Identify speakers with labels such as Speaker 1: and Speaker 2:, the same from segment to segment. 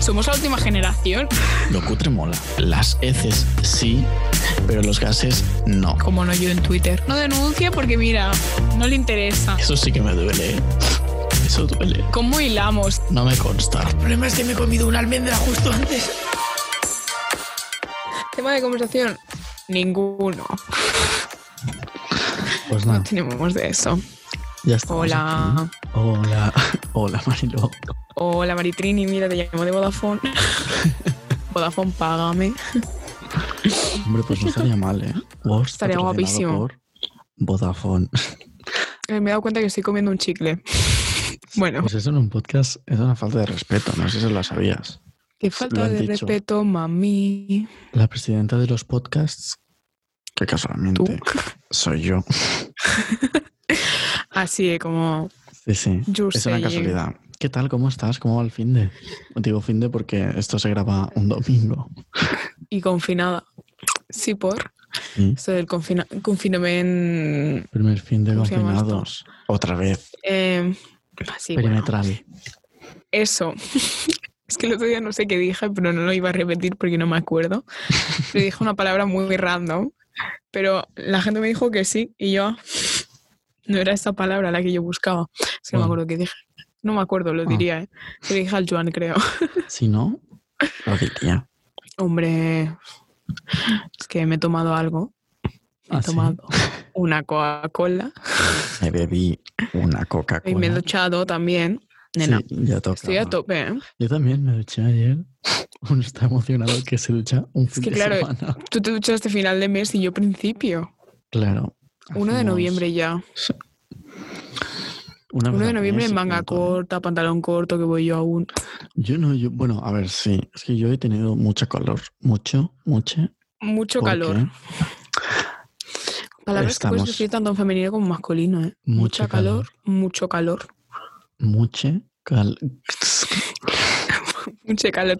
Speaker 1: Somos la última generación.
Speaker 2: Lo cutre mola. Las heces sí, pero los gases no.
Speaker 1: Como no yo en Twitter. No denuncia porque mira, no le interesa.
Speaker 2: Eso sí que me duele. ¿eh? Eso duele.
Speaker 1: ¿Cómo hilamos?
Speaker 2: No me consta.
Speaker 3: El problema es que me he comido una almendra justo antes.
Speaker 1: Tema de conversación. Ninguno.
Speaker 2: Pues
Speaker 1: No
Speaker 2: nada,
Speaker 1: tenemos de eso.
Speaker 2: ya está.
Speaker 1: Hola.
Speaker 2: Hola. Hola, Marilo.
Speaker 1: Hola Maritrini, mira, te llamo de Vodafone. Vodafone, págame.
Speaker 2: Hombre, pues no estaría mal, ¿eh? Word
Speaker 1: Estaría
Speaker 2: patrocinado
Speaker 1: guapísimo.
Speaker 2: por Vodafone.
Speaker 1: Eh, Me he dado cuenta que estoy comiendo un chicle. Bueno,
Speaker 2: Pues eso en un podcast es una falta de respeto, no sé si lo sabías.
Speaker 1: qué
Speaker 2: lo
Speaker 1: falta
Speaker 2: han
Speaker 1: de
Speaker 2: dicho.
Speaker 1: respeto, mami.
Speaker 2: La presidenta de los podcasts, que
Speaker 1: Tú.
Speaker 2: casualmente soy yo.
Speaker 1: Así eh, como
Speaker 2: Sí, sí.
Speaker 1: yo
Speaker 2: Es una
Speaker 1: sé.
Speaker 2: casualidad. ¿Qué tal? ¿Cómo estás? ¿Cómo va el fin de? Digo fin de porque esto se graba un domingo.
Speaker 1: Y confinada. Sí, por.
Speaker 2: ¿Mm?
Speaker 1: Esto del confina- confinamiento.
Speaker 2: Primer fin de
Speaker 1: ¿Cómo se llama esto?
Speaker 2: confinados. Otra vez.
Speaker 1: eh, así, bueno.
Speaker 2: Perimetral.
Speaker 1: Eso. Es que el otro día no sé qué dije, pero no lo iba a repetir porque no me acuerdo. Le dije una palabra muy random, pero la gente me dijo que sí y yo ah, no era esa palabra la que yo buscaba. Es que no me
Speaker 2: Bueno.
Speaker 1: acuerdo qué dije. No me acuerdo, lo
Speaker 2: Ah.
Speaker 1: diría, ¿eh? Se lo dije al Joan, creo.
Speaker 2: Si no, lo diría.
Speaker 1: Hombre, es que me he tomado algo. Me he
Speaker 2: Ah, ¿sí?
Speaker 1: tomado una Coca-Cola
Speaker 2: Me bebí una
Speaker 1: y me he
Speaker 2: Coca-Cola.
Speaker 1: duchado también. Nena,
Speaker 2: Sí, ya toca.
Speaker 1: estoy a tope, ¿eh?
Speaker 2: Yo también me duché ayer. Uno está emocionado que se ducha un fin
Speaker 1: que
Speaker 2: de
Speaker 1: claro,
Speaker 2: semana.
Speaker 1: Tú te duchaste final de mes y yo principio.
Speaker 2: Claro.
Speaker 1: 1 de
Speaker 2: Hacemos
Speaker 1: noviembre ya.
Speaker 2: una ¿eh? vez
Speaker 1: 1 de
Speaker 2: al
Speaker 1: noviembre
Speaker 2: mes
Speaker 1: en
Speaker 2: y
Speaker 1: manga
Speaker 2: punto.
Speaker 1: corta, pantalón corto, que voy yo aún.
Speaker 2: Yo no, yo, bueno, a ver, sí. Es que yo he tenido mucho calor. Mucho, mucho.
Speaker 1: Mucho
Speaker 2: porque
Speaker 1: calor. Palabras que
Speaker 2: estamos-
Speaker 1: puedes decir tanto en femenino como en masculino, ¿eh?
Speaker 2: Mucho
Speaker 1: Mucha calor, mucho calor.
Speaker 2: Mucho calor.
Speaker 1: Mucho calor.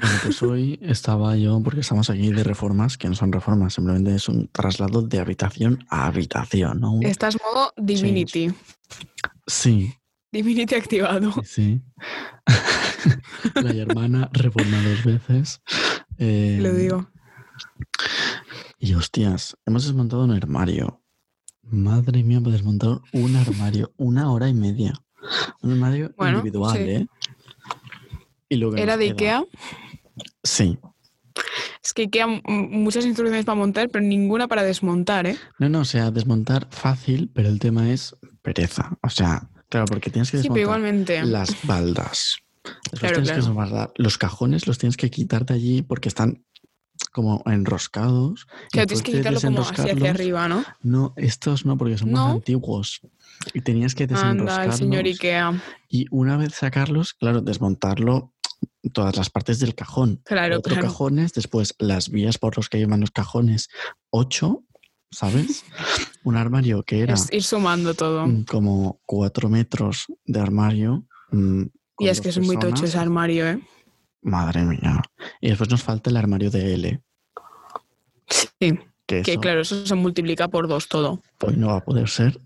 Speaker 2: Bueno, pues hoy estaba yo, porque estamos aquí de reformas, que no son reformas, simplemente es un traslado de habitación a habitación, ¿no? Un-
Speaker 1: Estás modo Divinity.
Speaker 2: Sí,
Speaker 1: Divinity activado.
Speaker 2: sí, sí. La hermana reforma dos veces. Eh,
Speaker 1: Lo digo.
Speaker 2: Y hostias, hemos desmontado un armario. Madre mía, hemos desmontado un armario, una hora y media. Un armario
Speaker 1: Bueno,
Speaker 2: individual,
Speaker 1: sí.
Speaker 2: ¿eh? Y lo que
Speaker 1: Era
Speaker 2: nos
Speaker 1: de
Speaker 2: queda-
Speaker 1: Ikea.
Speaker 2: Sí.
Speaker 1: Es que Ikea mm, muchas instrucciones para montar, pero ninguna para desmontar, ¿eh?
Speaker 2: No, no, o sea, desmontar fácil, pero el tema es pereza. O sea, claro, porque tienes que
Speaker 1: Sí, pero
Speaker 2: desmontar
Speaker 1: igualmente.
Speaker 2: las baldas. Después
Speaker 1: Claro, claro.
Speaker 2: tienes que desmontar los cajones, los tienes que quitar de allí porque están como enroscados. y
Speaker 1: Claro, tienes que
Speaker 2: después de
Speaker 1: quitarlo como así hacia
Speaker 2: desenroscarlos-
Speaker 1: arriba, ¿no?
Speaker 2: No, estos no, porque son
Speaker 1: No.
Speaker 2: más antiguos. Y tenías que desenroscarlos.
Speaker 1: Anda, el señor Ikea.
Speaker 2: Y una vez sacarlos, claro, desmontarlo todas las partes del cajón.
Speaker 1: Claro,
Speaker 2: Cuatro
Speaker 1: claro.
Speaker 2: cajones, después las vías por los que llevan los cajones, ocho, ¿sabes? Un armario que era
Speaker 1: Es ir sumando todo.
Speaker 2: mm, como cuatro metros de armario. mm, con
Speaker 1: Y es
Speaker 2: dos
Speaker 1: que es muy tocho
Speaker 2: personas.
Speaker 1: ese armario, ¿eh?
Speaker 2: Madre mía. Y después nos falta el armario de L.
Speaker 1: Sí.
Speaker 2: Que,
Speaker 1: Que
Speaker 2: eso
Speaker 1: claro, eso se multiplica por dos todo.
Speaker 2: hoy no va a poder ser,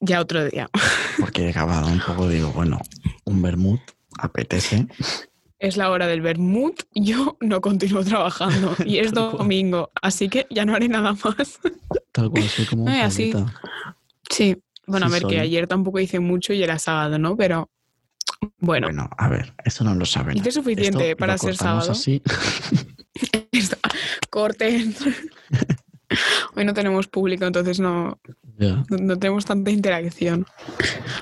Speaker 1: Ya otro día.
Speaker 2: porque he acabado un poco, digo, bueno, un vermut apetece.
Speaker 1: Es la hora del vermut. Yo no continúo trabajando. Y es
Speaker 2: Tal cual.
Speaker 1: domingo. Así que ya no haré nada más.
Speaker 2: Tal cual, soy como un
Speaker 1: Eh, así.
Speaker 2: faulita.
Speaker 1: Sí. Bueno, a
Speaker 2: Sí,
Speaker 1: ver, que
Speaker 2: soy.
Speaker 1: ayer tampoco hice mucho y era sábado, ¿no? Pero bueno,
Speaker 2: Bueno, a ver, eso no lo saben.
Speaker 1: hice suficiente
Speaker 2: Esto
Speaker 1: para
Speaker 2: lo
Speaker 1: ser
Speaker 2: cortamos
Speaker 1: sábado.
Speaker 2: así.
Speaker 1: Esto- Corten. Hoy no tenemos público, entonces no,
Speaker 2: Ya,
Speaker 1: no- no tenemos tanta interacción.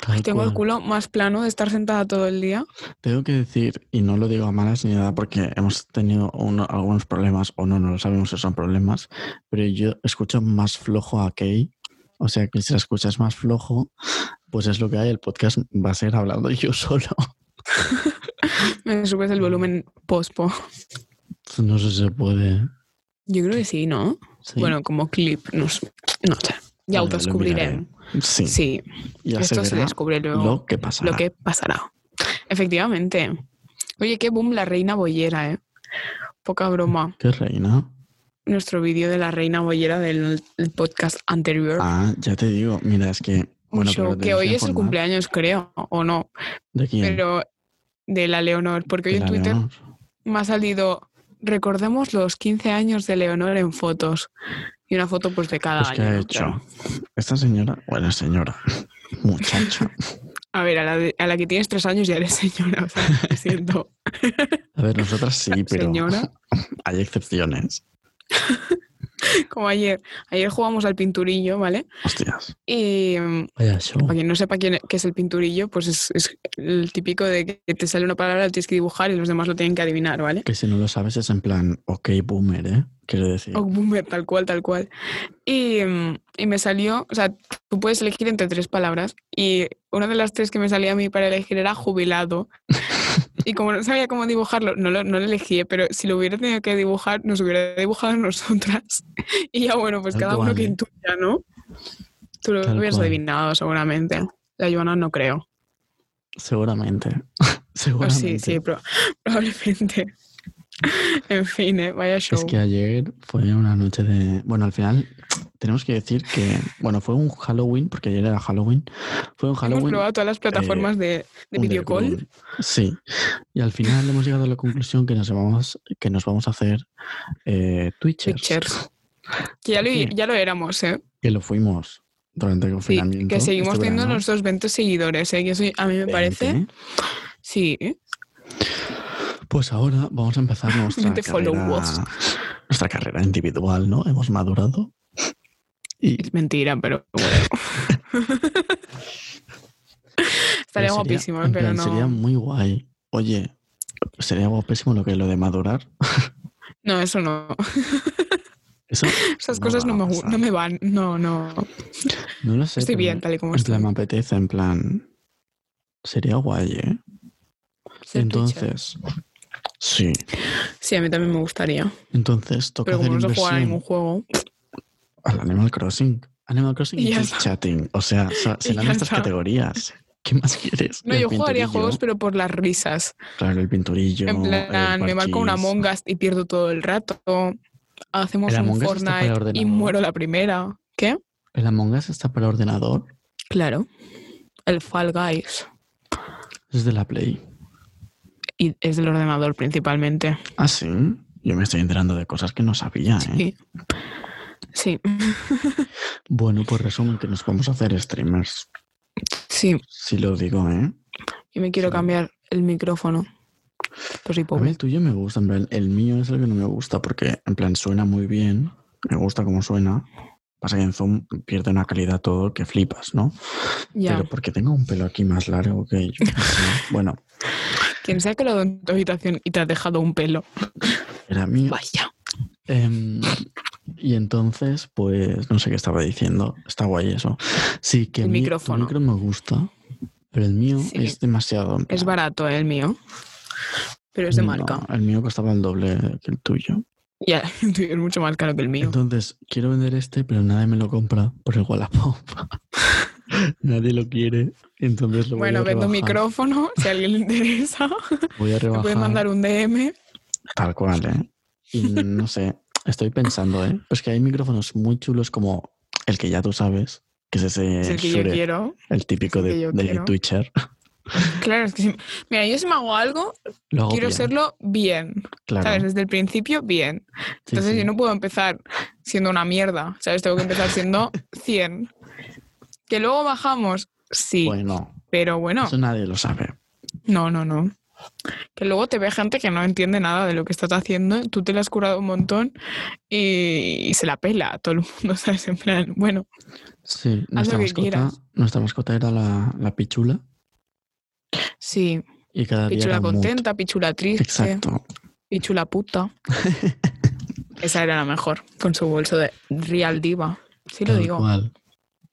Speaker 2: tal
Speaker 1: Tengo el
Speaker 2: cual.
Speaker 1: culo más plano de estar sentada todo el día.
Speaker 2: Tengo que decir, y no lo digo a malas ni nada porque hemos tenido uno- algunos problemas o no, no lo sabemos si son problemas, pero yo escucho más flojo a Kay. O sea que si la escuchas más flojo, pues es lo que hay. El podcast va a ser hablando yo solo.
Speaker 1: Me subes el volumen pospo.
Speaker 2: No sé si se puede.
Speaker 1: Yo creo que sí, ¿no?
Speaker 2: Sí.
Speaker 1: Bueno, como clip, no, sé. no sé. Ya
Speaker 2: Vale,
Speaker 1: lo
Speaker 2: lo
Speaker 1: descubriré.
Speaker 2: miraré. Sí,
Speaker 1: Sí,
Speaker 2: ya se
Speaker 1: esto se
Speaker 2: verá
Speaker 1: descubre luego
Speaker 2: lo que pasa.
Speaker 1: lo que pasará. Efectivamente. Oye, qué boom la reina bollera, ¿eh? Poca broma.
Speaker 2: Qué reina.
Speaker 1: Nuestro vídeo de la reina bollera del el podcast anterior.
Speaker 2: Ah, ya te digo, mira, es que.
Speaker 1: un
Speaker 2: Bueno, pero
Speaker 1: show que
Speaker 2: tenéis
Speaker 1: hoy es el
Speaker 2: informar.
Speaker 1: cumpleaños, creo, o no.
Speaker 2: ¿De quién?
Speaker 1: Pero de la Leonor, porque hoy en
Speaker 2: La
Speaker 1: Twitter
Speaker 2: Leonor.
Speaker 1: me ha salido, recordemos los 15 años de Leonor en fotos. Y una foto pues de cada
Speaker 2: Pues, ¿Qué
Speaker 1: año.
Speaker 2: ha
Speaker 1: ¿no?
Speaker 2: hecho?
Speaker 1: Claro.
Speaker 2: Esta señora, bueno, señora, muchacha.
Speaker 1: A ver, a la, de- a la que tienes tres años ya eres señora, o sea, lo siento.
Speaker 2: A ver, nosotras sí, pero
Speaker 1: Señora.
Speaker 2: hay excepciones.
Speaker 1: Como ayer. Ayer jugamos al pinturillo, ¿vale?
Speaker 2: Hostias.
Speaker 1: Y mm,
Speaker 2: Vaya show.
Speaker 1: para quien no sepa quién, e, qué es el pinturillo, pues es, es el típico de que te sale una palabra, la tienes que dibujar y los demás lo tienen que adivinar, ¿vale?
Speaker 2: Que si no lo sabes es en plan, ok, boomer, ¿eh? Quiero decir.
Speaker 1: O boomer, tal cual, tal cual. Y, mm, y me salió, o sea, tú puedes elegir entre tres palabras y una de las tres que me salía a mí para elegir era jubilado. Y como no sabía cómo dibujarlo, no lo, no lo elegí, pero si lo hubiera tenido que dibujar, nos hubiera dibujado a nosotras. Y ya bueno, pues
Speaker 2: Tal
Speaker 1: cada uno que
Speaker 2: cual, ¿eh?
Speaker 1: intuya, ¿no? Tú lo
Speaker 2: Tal
Speaker 1: hubieras
Speaker 2: cual.
Speaker 1: adivinado seguramente. La Joana no creo.
Speaker 2: Seguramente.
Speaker 1: O
Speaker 2: Seguramente.
Speaker 1: Pues sí, sí, pro- probablemente. en fin, ¿eh? vaya show.
Speaker 2: Es que ayer fue una noche de. Bueno, al final tenemos que decir que. Bueno, fue un Halloween, porque ayer era Halloween. Fue un
Speaker 1: Hemos
Speaker 2: Halloween. eh,
Speaker 1: probado todas las plataformas de, de video call.
Speaker 2: underground. Sí. Y al final hemos llegado a la conclusión que nos vamos, que nos vamos a hacer eh, Twitchers.
Speaker 1: Twitchers. Que ya lo,
Speaker 2: Sí.
Speaker 1: ya lo éramos, ¿eh?
Speaker 2: Que lo fuimos durante el
Speaker 1: Sí,
Speaker 2: confinamiento.
Speaker 1: que seguimos
Speaker 2: este
Speaker 1: teniendo
Speaker 2: verano.
Speaker 1: nuestros 20 seguidores, ¿eh? Que eso a mí me parece,
Speaker 2: 20, ¿eh?
Speaker 1: sí, ¿eh?
Speaker 2: Pues ahora vamos a empezar nuestra
Speaker 1: 20
Speaker 2: carrera,
Speaker 1: followers.
Speaker 2: nuestra carrera individual, ¿no? Hemos madurado. Y
Speaker 1: es mentira, pero bueno. Estaría
Speaker 2: Pero sería-
Speaker 1: guapísimo,
Speaker 2: en
Speaker 1: pero
Speaker 2: plan,
Speaker 1: no.
Speaker 2: Sería muy guay. Oye, sería guapísimo lo que lo de madurar.
Speaker 1: No, eso no.
Speaker 2: Eso
Speaker 1: Esas
Speaker 2: No
Speaker 1: cosas
Speaker 2: va
Speaker 1: no
Speaker 2: a
Speaker 1: me, gu-
Speaker 2: pasar.
Speaker 1: no me van. No, no.
Speaker 2: no lo sé.
Speaker 1: Estoy
Speaker 2: pero
Speaker 1: bien, tal y como
Speaker 2: En plan,
Speaker 1: estoy.
Speaker 2: me apetece, en plan. Sería guay, ¿eh?
Speaker 1: Ser Twitcher.
Speaker 2: Entonces. Sí.
Speaker 1: Sí, a mí también me gustaría.
Speaker 2: Entonces toca
Speaker 1: Pero
Speaker 2: hacer
Speaker 1: como no se juega a
Speaker 2: inversión
Speaker 1: ningún juego.
Speaker 2: al Animal Crossing. Animal Crossing
Speaker 1: Y
Speaker 2: y
Speaker 1: ya
Speaker 2: Twitch
Speaker 1: está.
Speaker 2: chatting. O sea, sa-
Speaker 1: Y
Speaker 2: serán
Speaker 1: ya
Speaker 2: estas
Speaker 1: está.
Speaker 2: categorías. ¿Qué más quieres?
Speaker 1: No,
Speaker 2: El
Speaker 1: yo jugaría
Speaker 2: pinturillo,
Speaker 1: juegos, pero por las risas.
Speaker 2: Claro, el pinturillo.
Speaker 1: en plan,
Speaker 2: el
Speaker 1: me marco una
Speaker 2: parchís.
Speaker 1: Among Us y pierdo todo el rato. Hacemos
Speaker 2: El
Speaker 1: un
Speaker 2: Among Us está para
Speaker 1: Fortnite y
Speaker 2: ordenador.
Speaker 1: muero la primera. ¿Qué?
Speaker 2: El Among Us está para ordenador.
Speaker 1: Claro. El Fall Guys.
Speaker 2: Es de la Play.
Speaker 1: Y es del ordenador principalmente.
Speaker 2: Ah, sí. Yo me estoy enterando de cosas que no sabía, ¿eh?
Speaker 1: Sí. Sí,
Speaker 2: Bueno, pues resumen que nos vamos a hacer streamers.
Speaker 1: sí.
Speaker 2: Si lo digo, ¿eh?
Speaker 1: Y me quiero
Speaker 2: Sí.
Speaker 1: cambiar el micrófono. Pues sí,
Speaker 2: A mí
Speaker 1: pobre.
Speaker 2: el tuyo me gusta, en plan, el mío es el que no me gusta porque, en plan, suena muy bien, me gusta como suena. Pasa que en Zoom pierde una calidad todo que flipas, ¿no?
Speaker 1: Ya.
Speaker 2: Pero porque tengo un pelo aquí más largo que yo. qué sé. Bueno,
Speaker 1: Quien se ha quedado en tu habitación y te ha dejado un pelo.
Speaker 2: era mío.
Speaker 1: Vaya.
Speaker 2: Em, y entonces, pues, no sé qué estaba diciendo. Está guay eso. Sí, que
Speaker 1: El
Speaker 2: mi- tu
Speaker 1: micrófono.
Speaker 2: micro me gusta, pero el mío
Speaker 1: Sí.
Speaker 2: es demasiado. en
Speaker 1: Es
Speaker 2: plan,
Speaker 1: barato ¿eh? el mío. Pero es de marca.
Speaker 2: No, el mío costaba el doble que el tuyo.
Speaker 1: Ya, es mucho más caro que el mío.
Speaker 2: Entonces, quiero vender este, pero nadie me lo compra por el Wallapop. nadie lo quiere. Entonces lo
Speaker 1: Bueno,
Speaker 2: voy a
Speaker 1: vendo
Speaker 2: rebajar.
Speaker 1: micrófono, si a alguien le interesa.
Speaker 2: Voy a
Speaker 1: Me
Speaker 2: rebajar.
Speaker 1: pueden mandar un
Speaker 2: Eh,
Speaker 1: DM.
Speaker 2: Tal cual, ¿eh? Y no sé, estoy pensando, ¿eh? Pues que hay micrófonos muy chulos como el que ya tú sabes, que es ese
Speaker 1: es el que yo
Speaker 2: Shure,
Speaker 1: quiero.
Speaker 2: el típico
Speaker 1: es el que
Speaker 2: de,
Speaker 1: yo
Speaker 2: de
Speaker 1: quiero.
Speaker 2: Twitcher.
Speaker 1: Claro, es que si- mira, yo si me hago algo,
Speaker 2: Lo hago
Speaker 1: quiero
Speaker 2: bien,
Speaker 1: serlo bien.
Speaker 2: claro.
Speaker 1: ¿Sabes? Desde el principio, bien.
Speaker 2: Sí,
Speaker 1: Entonces
Speaker 2: sí.
Speaker 1: yo no puedo empezar siendo una mierda. ¿Sabes? Tengo que empezar siendo 100. Que luego bajamos, sí.
Speaker 2: Bueno,
Speaker 1: pero bueno,
Speaker 2: eso nadie lo sabe.
Speaker 1: no, no, no. Que luego te ve gente que no entiende nada de lo que estás haciendo, tú te la has curado un montón y, y se la pela a todo el mundo, ¿sabes? En plan, bueno,
Speaker 2: Sí, nuestra
Speaker 1: que
Speaker 2: mascota,
Speaker 1: quieras.
Speaker 2: nuestra mascota era la, la pichula
Speaker 1: sí,
Speaker 2: y cada día
Speaker 1: pichula
Speaker 2: era un mood.
Speaker 1: contenta, pichula triste,
Speaker 2: Exacto.
Speaker 1: pichula puta. Esa era la mejor, con su bolso de Real Diva. Sí lo
Speaker 2: Tal
Speaker 1: digo.
Speaker 2: cual.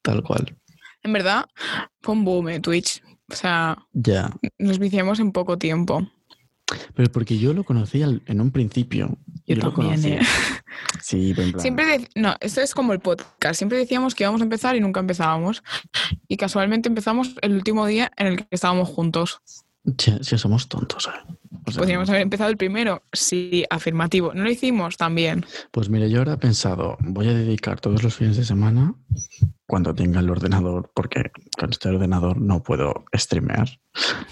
Speaker 2: Tal cual.
Speaker 1: En verdad, fue un boom eh, Twitch. O sea,
Speaker 2: Ya.
Speaker 1: nos viciamos en poco tiempo.
Speaker 2: Pero porque yo lo conocía al- en un principio.
Speaker 1: Yo
Speaker 2: lo
Speaker 1: también,
Speaker 2: conocía.
Speaker 1: ¿eh?
Speaker 2: Sí, pero en plan.
Speaker 1: Siempre, dec- no, esto es como el podcast. Siempre decíamos que íbamos a empezar y nunca empezábamos. Y casualmente empezamos el último día en el que estábamos juntos.
Speaker 2: Ya, sí, somos tontos. ¿eh? O sea,
Speaker 1: Podríamos haber empezado el primero, sí, afirmativo. No lo hicimos también.
Speaker 2: Pues mira, yo ahora he pensado, voy a dedicar todos los fines de semana, cuando tenga el ordenador, porque con este ordenador no puedo streamear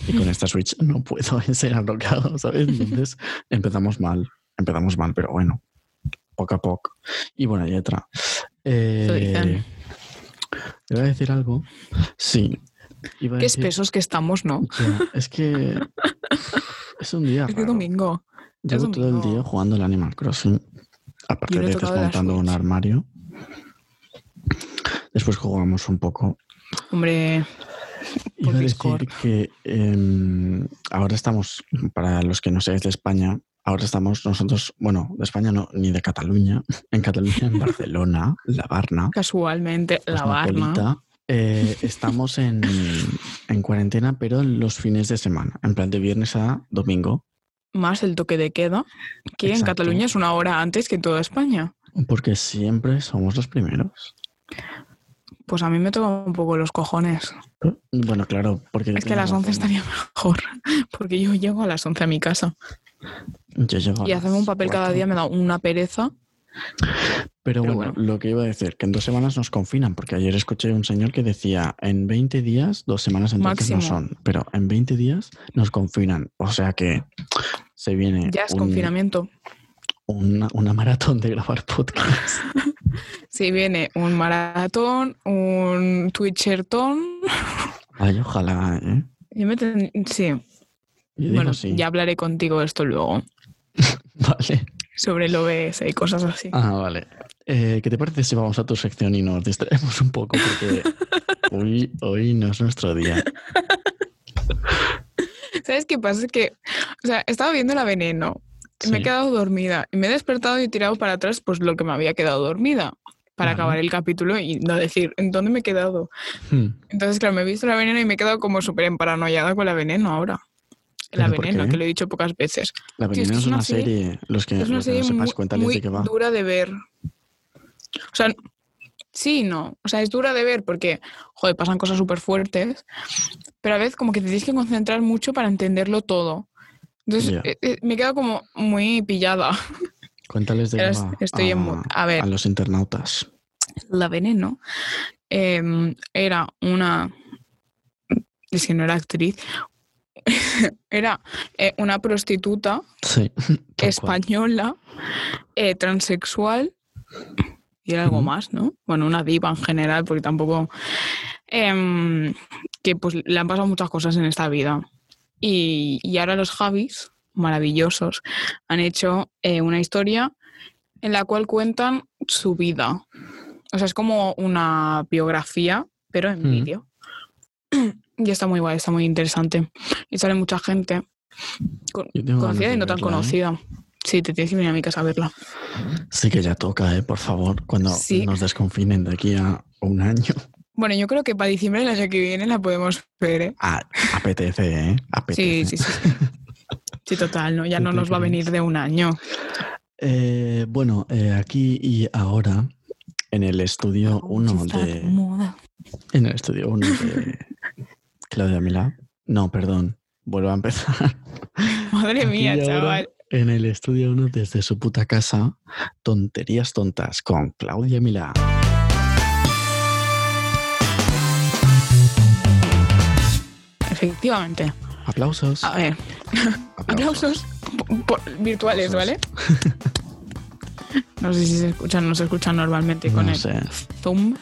Speaker 2: y con esta Switch no puedo enseñar lo que hago, ¿sabes? Entonces empezamos mal, empezamos mal, pero bueno, poco a poco. Y bueno, hay otra. Eh,
Speaker 1: Suavizan.
Speaker 2: ¿Iba a decir algo? Pues Sí. Iba a
Speaker 1: Qué
Speaker 2: decir-
Speaker 1: espesos que estamos, ¿no?
Speaker 2: Ya, es que es un día.
Speaker 1: Es de
Speaker 2: raro.
Speaker 1: domingo. es
Speaker 2: Llevo todo el
Speaker 1: domingo.
Speaker 2: día jugando al Animal Crossing. Aparte
Speaker 1: Yo no he
Speaker 2: de
Speaker 1: tocado la
Speaker 2: desmontando un
Speaker 1: Switch.
Speaker 2: armario. Después jugamos un poco
Speaker 1: Hombre,
Speaker 2: Iba a
Speaker 1: Discord.
Speaker 2: decir que em, ahora estamos, para los que no seáis de España, ahora estamos nosotros, bueno, de España no, ni de Cataluña, en Cataluña, en Barcelona, La Barna,
Speaker 1: casualmente,
Speaker 2: Pues
Speaker 1: la barba.
Speaker 2: Cosmopolita, eh, estamos en, en cuarentena, pero los fines de semana, en plan de viernes a domingo,
Speaker 1: Más el toque de queda, que en
Speaker 2: Exacto.
Speaker 1: Cataluña es una hora antes que en toda España.
Speaker 2: porque siempre somos los primeros.
Speaker 1: Pues a mí me toca un poco los cojones.
Speaker 2: Mm, Bueno, claro, porque... yo
Speaker 1: Es que a
Speaker 2: tengo
Speaker 1: las 11
Speaker 2: razón.
Speaker 1: estaría mejor, porque yo llego a las 11 a mi casa.
Speaker 2: Yo llego a
Speaker 1: Y hacerme
Speaker 2: las
Speaker 1: un papel cada
Speaker 2: cuatro.
Speaker 1: día me da una pereza.
Speaker 2: Pero,
Speaker 1: Pero bueno.
Speaker 2: bueno, lo que iba a decir, que en dos semanas nos confinan, porque ayer escuché un señor que decía, en 20 días, dos semanas entonces no
Speaker 1: Máximo.
Speaker 2: son, pero en 20 días nos confinan. O sea que se viene
Speaker 1: Ya es
Speaker 2: Mm, un-
Speaker 1: confinamiento.
Speaker 2: una, una maratón de grabar podcast.
Speaker 1: Si viene un maratón, un Twitchertón.
Speaker 2: Ay, ojalá, ¿eh?
Speaker 1: Yo me ten- Sí,
Speaker 2: Yo digo
Speaker 1: bueno,
Speaker 2: sí.
Speaker 1: ya hablaré contigo de esto luego,
Speaker 2: Vale.
Speaker 1: sobre el OBS y cosas así.
Speaker 2: Ah, vale. Eh, ¿Qué te parece si vamos a tu sección y nos distraemos un poco? Porque hoy, hoy no es nuestro día.
Speaker 1: ¿Sabes qué pasa? Es que, o sea, estaba viendo la veneno, y me he
Speaker 2: Sí.
Speaker 1: quedado dormida y me he despertado y he tirado para atrás pues lo que me había quedado dormida para
Speaker 2: Vale.
Speaker 1: acabar el capítulo y no decir en dónde me he quedado.
Speaker 2: Hmm.
Speaker 1: Entonces, claro, me he visto la veneno y me he quedado como súper emparanoiada con la veneno ahora. La
Speaker 2: ¿Pero por
Speaker 1: veneno,
Speaker 2: qué?
Speaker 1: que lo he dicho pocas veces.
Speaker 2: La
Speaker 1: Tío, es que
Speaker 2: veneno es,
Speaker 1: es
Speaker 2: una,
Speaker 1: una
Speaker 2: serie. Los Eh, que,
Speaker 1: Es una
Speaker 2: los que
Speaker 1: serie
Speaker 2: no sepas,
Speaker 1: muy,
Speaker 2: cuéntales
Speaker 1: muy
Speaker 2: de qué va.
Speaker 1: dura de ver. O sea, sí, y no. O sea, es dura de ver porque, joder, pasan cosas súper fuertes, pero a la vez como que te tienes que concentrar mucho para entenderlo todo. Entonces,
Speaker 2: Ya.
Speaker 1: eh, eh, me quedo como muy pillada.
Speaker 2: Cuéntales de
Speaker 1: Ahora
Speaker 2: Eva
Speaker 1: estoy en mood. A ver.
Speaker 2: a los internautas.
Speaker 1: La Veneno em, era una. Es que no era actriz. era eh, una prostituta
Speaker 2: Sí. tal cual.
Speaker 1: española, eh, transexual y era algo
Speaker 2: Ujú.
Speaker 1: más, ¿no? Bueno, una diva en general, porque tampoco... em, que pues le han pasado muchas cosas en esta vida. Y, y ahora los Javis, maravillosos, han hecho eh, una historia en la cual cuentan su vida. O sea, es como una biografía, pero en
Speaker 2: Ujú.
Speaker 1: vídeo. Y está muy guay, está muy interesante. Y sale mucha gente. con-
Speaker 2: Yo tengo
Speaker 1: conocida
Speaker 2: ganas
Speaker 1: y
Speaker 2: de
Speaker 1: no tan
Speaker 2: verla, ¿eh?
Speaker 1: conocida. Sí, te tienes que venir a mi casa a verla.
Speaker 2: Sí que ya toca, ¿eh? por favor, cuando
Speaker 1: Sí.
Speaker 2: nos desconfinen de aquí a un año.
Speaker 1: Bueno, yo creo que para diciembre del año que viene la podemos ver, ¿eh?
Speaker 2: Ah, apetece, ¿eh? Apetece.
Speaker 1: Sí, sí, sí. sí. Sí, total, ¿no? Ya
Speaker 2: ¿Tú
Speaker 1: no
Speaker 2: qué
Speaker 1: nos va a venir de un año.
Speaker 2: Eh, bueno, eh, aquí y ahora, en el estudio 1 de. En el estudio 1 de Claudia Milá. No, perdón. Vuelvo a empezar.
Speaker 1: Madre
Speaker 2: Aquí
Speaker 1: mía,
Speaker 2: y ahora,
Speaker 1: chaval.
Speaker 2: En el estudio 1 desde su puta casa, Tonterías Tontas con Claudia Milá.
Speaker 1: Efectivamente.
Speaker 2: Aplausos.
Speaker 1: A ver, Ah, aplausos po- po- virtuales, ¿vale?
Speaker 2: Aplausos.
Speaker 1: No sé si se escuchan, no se escuchan normalmente con
Speaker 2: No
Speaker 1: el
Speaker 2: sé.
Speaker 1: Zoom.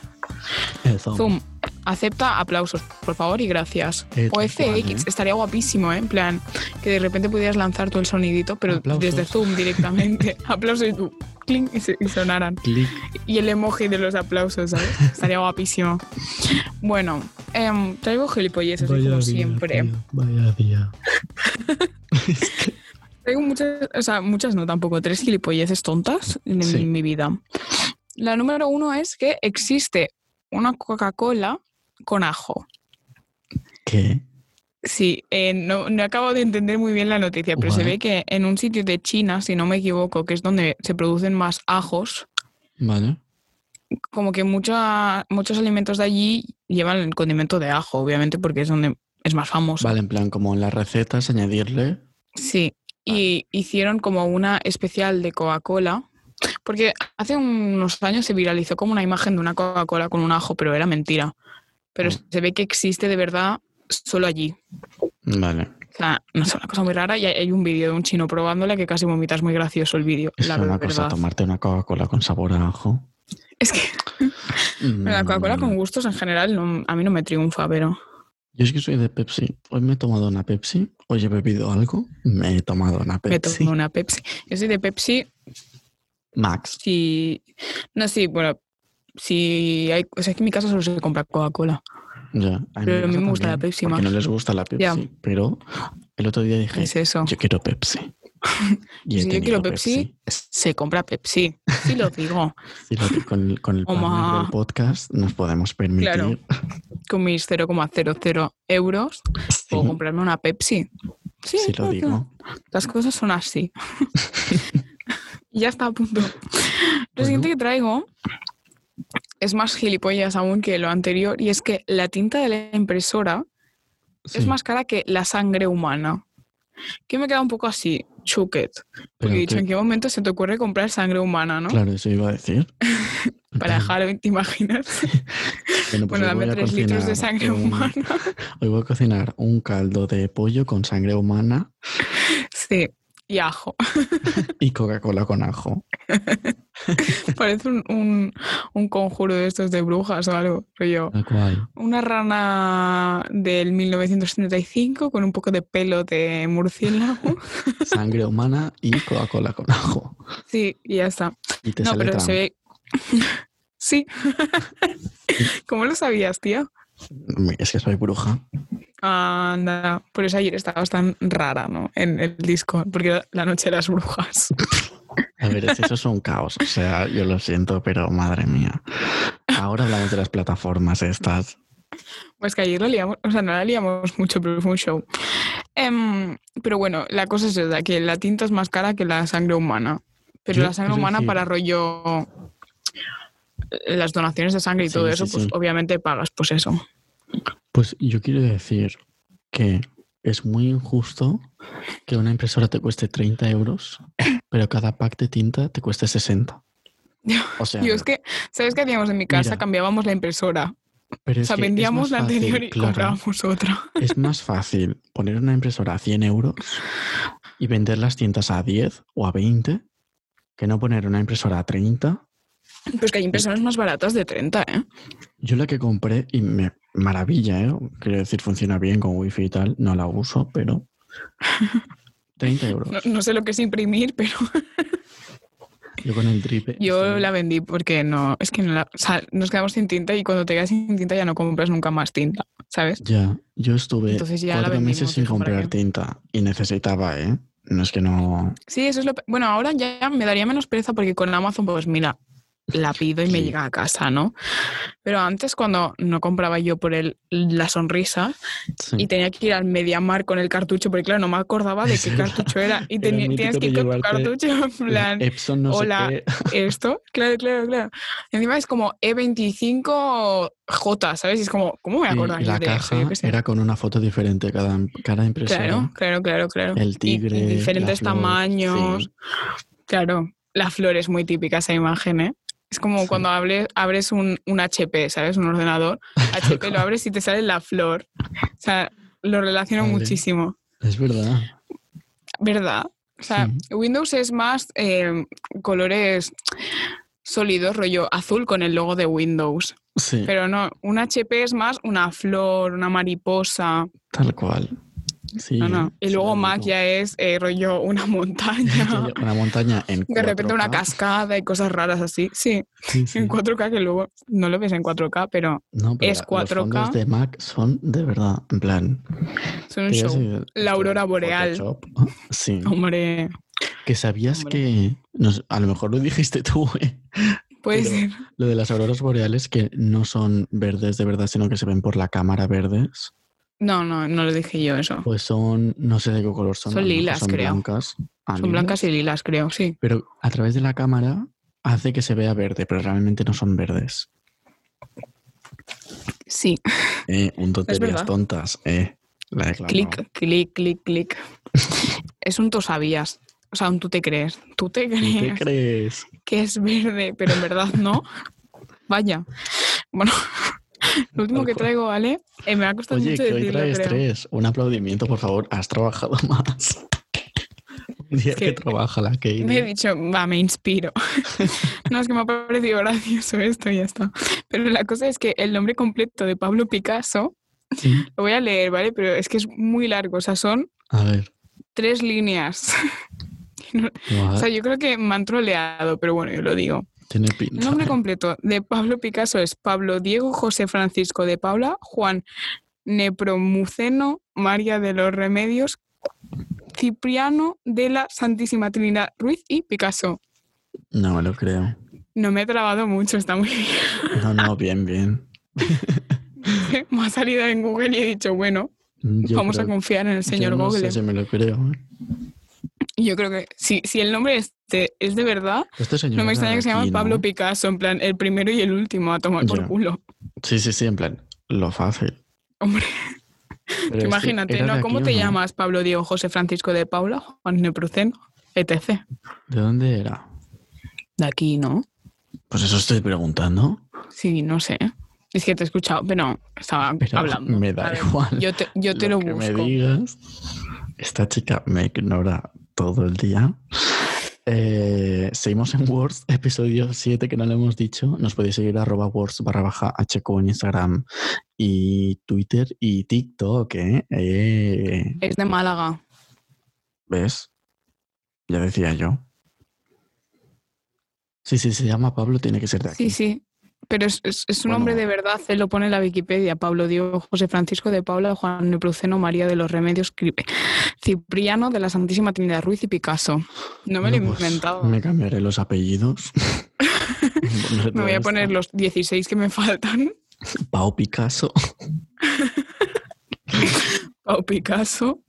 Speaker 2: Eh, Zoom.
Speaker 1: Zoom, acepta aplausos, por favor, y gracias.
Speaker 2: Eh,
Speaker 1: o
Speaker 2: tal
Speaker 1: FX,
Speaker 2: cual, ¿eh?
Speaker 1: estaría guapísimo, ¿eh? En plan, que de repente pudieras lanzar todo el sonidito, pero
Speaker 2: Aplausos.
Speaker 1: desde Zoom directamente. aplausos y tú, clink, y, se- y sonaran.
Speaker 2: Clic.
Speaker 1: Y el emoji de los aplausos, ¿sabes? Estaría guapísimo. Bueno, em, traigo gilipolleces,
Speaker 2: Vaya
Speaker 1: como
Speaker 2: día,
Speaker 1: siempre.
Speaker 2: tío, vaya día.
Speaker 1: Traigo muchas, o sea, muchas no tampoco, tres gilipolleces tontas en
Speaker 2: Sí.
Speaker 1: mi, mi vida. La número uno es que existe una Coca-Cola con ajo.
Speaker 2: ¿Qué?
Speaker 1: Sí, eh, no, no acabo de entender muy bien la noticia, pero se
Speaker 2: Guay.
Speaker 1: ve que en un sitio de China, si no me equivoco, que es donde se producen más ajos,
Speaker 2: Vale.
Speaker 1: como que mucha, muchos alimentos de allí llevan el condimento de ajo, obviamente, porque es donde es más famoso.
Speaker 2: Vale, en plan, como en las recetas, añadirle.
Speaker 1: Sí, y hicieron como una especial de Coca-Cola, porque hace unos años se viralizó como una imagen de una Coca-Cola con un ajo, pero era mentira. pero
Speaker 2: Mm.
Speaker 1: se ve que existe de verdad solo allí.
Speaker 2: Vale.
Speaker 1: O sea, no sé, una cosa muy rara y hay- hay un vídeo de un chino probándola que casi vomitas muy gracioso el vídeo,
Speaker 2: Es
Speaker 1: la
Speaker 2: una
Speaker 1: verdad.
Speaker 2: cosa tomarte una Coca-Cola con sabor a ajo.
Speaker 1: Es que la Coca-Cola
Speaker 2: Mm.
Speaker 1: con gustos en general no- a mí no me triunfa, pero
Speaker 2: Yo es que soy de Pepsi. Hoy me he tomado una Pepsi. Hoy he bebido algo. Me he tomado una
Speaker 1: me
Speaker 2: Pepsi.
Speaker 1: tomo una Pepsi. Yo soy de Pepsi
Speaker 2: Max.
Speaker 1: si... No, sí, bueno, si hay... O sea, es que en mi casa solo se compra Coca-Cola.
Speaker 2: Ya. A mí
Speaker 1: Pero a mí
Speaker 2: pasa
Speaker 1: me gusta la
Speaker 2: también,
Speaker 1: Pepsi
Speaker 2: porque
Speaker 1: más.
Speaker 2: no les gusta la Pepsi.
Speaker 1: Ya.
Speaker 2: Pero el otro día dije,
Speaker 1: Es eso.
Speaker 2: yo quiero Pepsi. "Oh, Y he
Speaker 1: Si yo
Speaker 2: tenido
Speaker 1: quiero Pepsi, se compra Pepsi. Sí lo digo.
Speaker 2: Sí, lo que con, con el
Speaker 1: Oma.
Speaker 2: partner del podcast nos podemos permitir.
Speaker 1: Claro. Con mis 0,00 euros
Speaker 2: Sí,
Speaker 1: puedo comprarme una Pepsi. Sí,
Speaker 2: sí lo
Speaker 1: claro.
Speaker 2: digo.
Speaker 1: Las cosas son así. ya está a punto. Lo
Speaker 2: Bueno.
Speaker 1: siguiente que traigo es más gilipollas aún que lo anterior y es que la tinta de la impresora es
Speaker 2: Sí,
Speaker 1: más cara que la sangre humana. Que me queda un poco así, chuquet.
Speaker 2: pero
Speaker 1: Porque he dicho,
Speaker 2: que-
Speaker 1: ¿en qué momento se te ocurre comprar sangre humana, no?
Speaker 2: Claro, eso iba a decir.
Speaker 1: Para Halloween, ¿te imaginas?
Speaker 2: Bueno, pues
Speaker 1: bueno,
Speaker 2: hoy voy
Speaker 1: dame
Speaker 2: a
Speaker 1: tres litros de
Speaker 2: cocinar
Speaker 1: sangre
Speaker 2: un-
Speaker 1: humana.
Speaker 2: Hoy voy a cocinar un caldo de pollo con sangre humana
Speaker 1: Sí, y ajo.
Speaker 2: y Coca-Cola con ajo.
Speaker 1: Parece un, un- un conjuro de estos de brujas o algo. Rollo.
Speaker 2: Tal cual.
Speaker 1: Una rana del 1975 con un poco de pelo de murciélago.
Speaker 2: Sangre humana y Coca-Cola con ajo.
Speaker 1: Sí, y ya está.
Speaker 2: Y te
Speaker 1: no,
Speaker 2: sale
Speaker 1: pero
Speaker 2: Trump.
Speaker 1: se ve. sí. ¿Cómo lo sabías, tío?
Speaker 2: Es que soy bruja.
Speaker 1: Anda. Por eso ayer estabas tan rara, ¿no? En el disco, porque era la noche de las brujas.
Speaker 2: A ver, es- eso es un caos. O sea, yo lo siento, pero madre mía. Ahora hablamos de las plataformas estas.
Speaker 1: Pues que ayer lo liamos, o sea, no la liamos mucho, pero fue un show. Em, pero bueno, la cosa es esa, que la tinta es más cara que la sangre humana. Pero
Speaker 2: Yo
Speaker 1: la sangre
Speaker 2: quiero
Speaker 1: humana
Speaker 2: decir-
Speaker 1: para rollo eh, las donaciones de sangre y
Speaker 2: Sí,
Speaker 1: todo
Speaker 2: sí,
Speaker 1: eso,
Speaker 2: sí.
Speaker 1: pues obviamente pagas, pues eso.
Speaker 2: Pues yo quiero decir que es muy injusto que una impresora te cueste 30 euros, pero cada pack de tinta te cueste 60. O sea,
Speaker 1: Yo es que, ¿sabes qué hacíamos en mi casa?
Speaker 2: Mira.
Speaker 1: Cambiábamos la impresora.
Speaker 2: pero
Speaker 1: o
Speaker 2: es
Speaker 1: sea,
Speaker 2: que es
Speaker 1: vendíamos
Speaker 2: más
Speaker 1: la
Speaker 2: fácil,
Speaker 1: anterior y
Speaker 2: claro,
Speaker 1: comprábamos otra.
Speaker 2: Es más fácil poner una impresora a 100 euros y vender las tintas a 10 o a 20 que no poner una impresora a 30
Speaker 1: Pues que hay impresoras más baratas de 30, ¿eh?
Speaker 2: Yo la que compré y me maravilla, ¿eh? Quiero decir, funciona bien con wifi y tal. No la uso, pero. 30 euros.
Speaker 1: No, no sé lo que es imprimir, pero
Speaker 2: Yo con el tripe.
Speaker 1: Yo
Speaker 2: estoy-
Speaker 1: la vendí porque no, es que no la, o sea, nos quedamos sin tinta y cuando te quedas sin tinta ya no compras nunca más tinta, ¿sabes?
Speaker 2: Ya, yo estuve
Speaker 1: Entonces ya la
Speaker 2: cuatro meses
Speaker 1: vendimos,
Speaker 2: sin
Speaker 1: dijo, ¿para
Speaker 2: comprar
Speaker 1: qué?
Speaker 2: tinta y necesitaba, ¿eh? No es que no.
Speaker 1: Sí, eso es lo... pe- Bueno, ahora ya me daría menos pereza porque con Amazon, pues mira, la pido y me
Speaker 2: Sí.
Speaker 1: llega a casa, ¿no? Pero antes cuando no compraba yo por el, la sonrisa
Speaker 2: Sí.
Speaker 1: y tenía que ir al Mediamar con el cartucho, porque claro, no me acordaba de
Speaker 2: Es
Speaker 1: qué
Speaker 2: verdad.
Speaker 1: cartucho era y
Speaker 2: Era
Speaker 1: tenía-
Speaker 2: mítico
Speaker 1: tienes que
Speaker 2: de
Speaker 1: ir con tu
Speaker 2: llevarte
Speaker 1: cartucho en
Speaker 2: La
Speaker 1: plan...
Speaker 2: Epson no
Speaker 1: hola.
Speaker 2: sé qué.
Speaker 1: esto, claro, claro, claro. Encima es como E25J, ¿sabes? Y es como, ¿cómo me
Speaker 2: Y-
Speaker 1: acuerdo
Speaker 2: y
Speaker 1: yo
Speaker 2: la
Speaker 1: de eso? Yo
Speaker 2: caja
Speaker 1: qué sé.
Speaker 2: era con una foto diferente cada, cada impresora.
Speaker 1: Claro, claro, claro, claro.
Speaker 2: El
Speaker 1: Y- y
Speaker 2: tigre, la
Speaker 1: diferentes
Speaker 2: flor,
Speaker 1: tamaños. Claro, la flor es muy típica esa imagen, ¿eh? Es como
Speaker 2: Sí.
Speaker 1: cuando abres, abres un, un HP, ¿sabes? Un ordenador. HP lo abres y te sale la flor. O sea, lo relaciono
Speaker 2: Vale.
Speaker 1: muchísimo.
Speaker 2: Es verdad.
Speaker 1: ¿Verdad? O sea,
Speaker 2: Sí.
Speaker 1: Windows es más eh, colores sólidos, rollo azul con el logo de Windows.
Speaker 2: Sí,
Speaker 1: Pero no, un HP es más una flor, una mariposa.
Speaker 2: tal cual. Sí,
Speaker 1: no, no. Y
Speaker 2: sí,
Speaker 1: luego
Speaker 2: lo
Speaker 1: Mac
Speaker 2: mismo.
Speaker 1: ya es eh, rollo una montaña.
Speaker 2: Una montaña en
Speaker 1: De repente una
Speaker 2: 4K.
Speaker 1: cascada y cosas raras así. Sí,
Speaker 2: Sí, sí.
Speaker 1: en 4K que luego no lo ves en 4K, pero
Speaker 2: No, pero
Speaker 1: es
Speaker 2: la-
Speaker 1: 4K.
Speaker 2: Los fondos de Mac son de verdad, en plan.
Speaker 1: son un
Speaker 2: que ya
Speaker 1: show.
Speaker 2: se-
Speaker 1: La aurora boreal.
Speaker 2: este, Photoshop. Sí.
Speaker 1: Hombre,
Speaker 2: Que sabías
Speaker 1: Hombre.
Speaker 2: que. no sé, a lo mejor lo dijiste tú, ¿eh?
Speaker 1: puede
Speaker 2: Pero-
Speaker 1: ser.
Speaker 2: Lo de las auroras boreales que no son verdes de verdad, sino que se ven por la cámara verdes.
Speaker 1: No, no, no lo dije yo eso.
Speaker 2: Pues son, no sé de qué color son.
Speaker 1: Son
Speaker 2: a lo mejor
Speaker 1: lilas,
Speaker 2: son
Speaker 1: creo.
Speaker 2: Blancas. Ah,
Speaker 1: Son
Speaker 2: lilas.
Speaker 1: blancas y lilas, creo, sí.
Speaker 2: Pero a través de la cámara hace que se vea verde, pero realmente no son verdes.
Speaker 1: Sí.
Speaker 2: Eh, un tonterías
Speaker 1: verdad.
Speaker 2: tontas, eh. La he clavado.
Speaker 1: Clic, clic, clic, clic. es un tú sabías. O sea, un tú te crees. Tú te
Speaker 2: ¿Tú
Speaker 1: crees
Speaker 2: ¿Qué crees?
Speaker 1: que es verde, pero en verdad no. Vaya. Bueno, Lo último
Speaker 2: Tal
Speaker 1: que
Speaker 2: cual.
Speaker 1: traigo, ¿vale? Eh, me ha costado
Speaker 2: Oye,
Speaker 1: mucho
Speaker 2: que hoy
Speaker 1: decirlo,
Speaker 2: traes
Speaker 1: creo.
Speaker 2: tres. Un aplaudimiento, por favor. Has trabajado más. Un día
Speaker 1: Es
Speaker 2: que,
Speaker 1: que
Speaker 2: trabaja la Kate.
Speaker 1: Me he dicho, va, me inspiro. no, es que me ha parecido gracioso esto y ya está. Pero la cosa es que el nombre completo de Pablo Picasso,
Speaker 2: Sí.
Speaker 1: lo voy a leer, ¿vale? Pero es que es muy largo, o sea, son
Speaker 2: A ver.
Speaker 1: tres líneas. o
Speaker 2: guau,
Speaker 1: sea, yo creo que me han troleado, pero bueno, yo lo digo.
Speaker 2: tiene
Speaker 1: El
Speaker 2: pinta.
Speaker 1: nombre
Speaker 2: ¿eh?
Speaker 1: completo de Pablo Picasso es Pablo Diego José Francisco de Paula Juan Nepromuceno María de los Remedios Cipriano de la Santísima Trinidad Ruiz y Picasso.
Speaker 2: No me lo creo.
Speaker 1: No me he trabado mucho, está muy bien.
Speaker 2: No, no, bien, bien.
Speaker 1: me ha salido en Google y he dicho, bueno,
Speaker 2: Yo
Speaker 1: vamos a
Speaker 2: creo-
Speaker 1: confiar en el señor
Speaker 2: yo no
Speaker 1: Google.
Speaker 2: Sé si me lo creo. ¿eh?
Speaker 1: Y Yo creo que si, si el nombre este es de verdad,
Speaker 2: Este señor ¿eh?
Speaker 1: no me
Speaker 2: era
Speaker 1: extraña
Speaker 2: de
Speaker 1: que se
Speaker 2: aquí,
Speaker 1: llame
Speaker 2: ¿no?
Speaker 1: Pablo Picasso, en plan, el primero y el último a tomar por
Speaker 2: Ya.
Speaker 1: culo.
Speaker 2: Sí, sí, sí, en plan, lo fácil.
Speaker 1: Hombre.
Speaker 2: Pero
Speaker 1: Que
Speaker 2: este
Speaker 1: Imagínate,
Speaker 2: era de
Speaker 1: ¿no? ¿Cómo
Speaker 2: aquí,
Speaker 1: te
Speaker 2: ¿o no?
Speaker 1: llamas Pablo Diego José Francisco de Paula, Juan Neproceno, etc.?
Speaker 2: ¿De dónde era?
Speaker 1: De aquí, ¿no?
Speaker 2: Pues eso estoy preguntando.
Speaker 1: Sí, no sé. Es que te he escuchado, pero estaba
Speaker 2: Pero
Speaker 1: hablando.
Speaker 2: me da
Speaker 1: A ver,
Speaker 2: igual.
Speaker 1: Yo te, yo te lo,
Speaker 2: que me
Speaker 1: busco.
Speaker 2: digas. Esta chica me ignora todo el día. Eh, seguimos en Words, episodio 7 que no lo hemos dicho. Nos podéis seguir arroba Words barra baja HQ en Instagram y Twitter y TikTok. ¿eh? Eh,
Speaker 1: Es de Málaga.
Speaker 2: ¿Ves? Ya decía yo. Sí, sí, se llama Pablo, tiene que ser de
Speaker 1: Sí,
Speaker 2: aquí.
Speaker 1: sí. Pero es, es- es un
Speaker 2: Bueno.
Speaker 1: hombre de verdad, él lo pone en la Wikipedia. Pablo Diego José Francisco de Paula, Juan Neproceno, María de los Remedios, Cri- Cipriano de la Santísima Trinidad Ruiz y Picasso. No me lo
Speaker 2: Bueno,
Speaker 1: he
Speaker 2: pues,
Speaker 1: inventado.
Speaker 2: Me cambiaré los apellidos. pues,
Speaker 1: Me voy a poner los 16 que me faltan.
Speaker 2: Pau Picasso.
Speaker 1: Pau Picasso.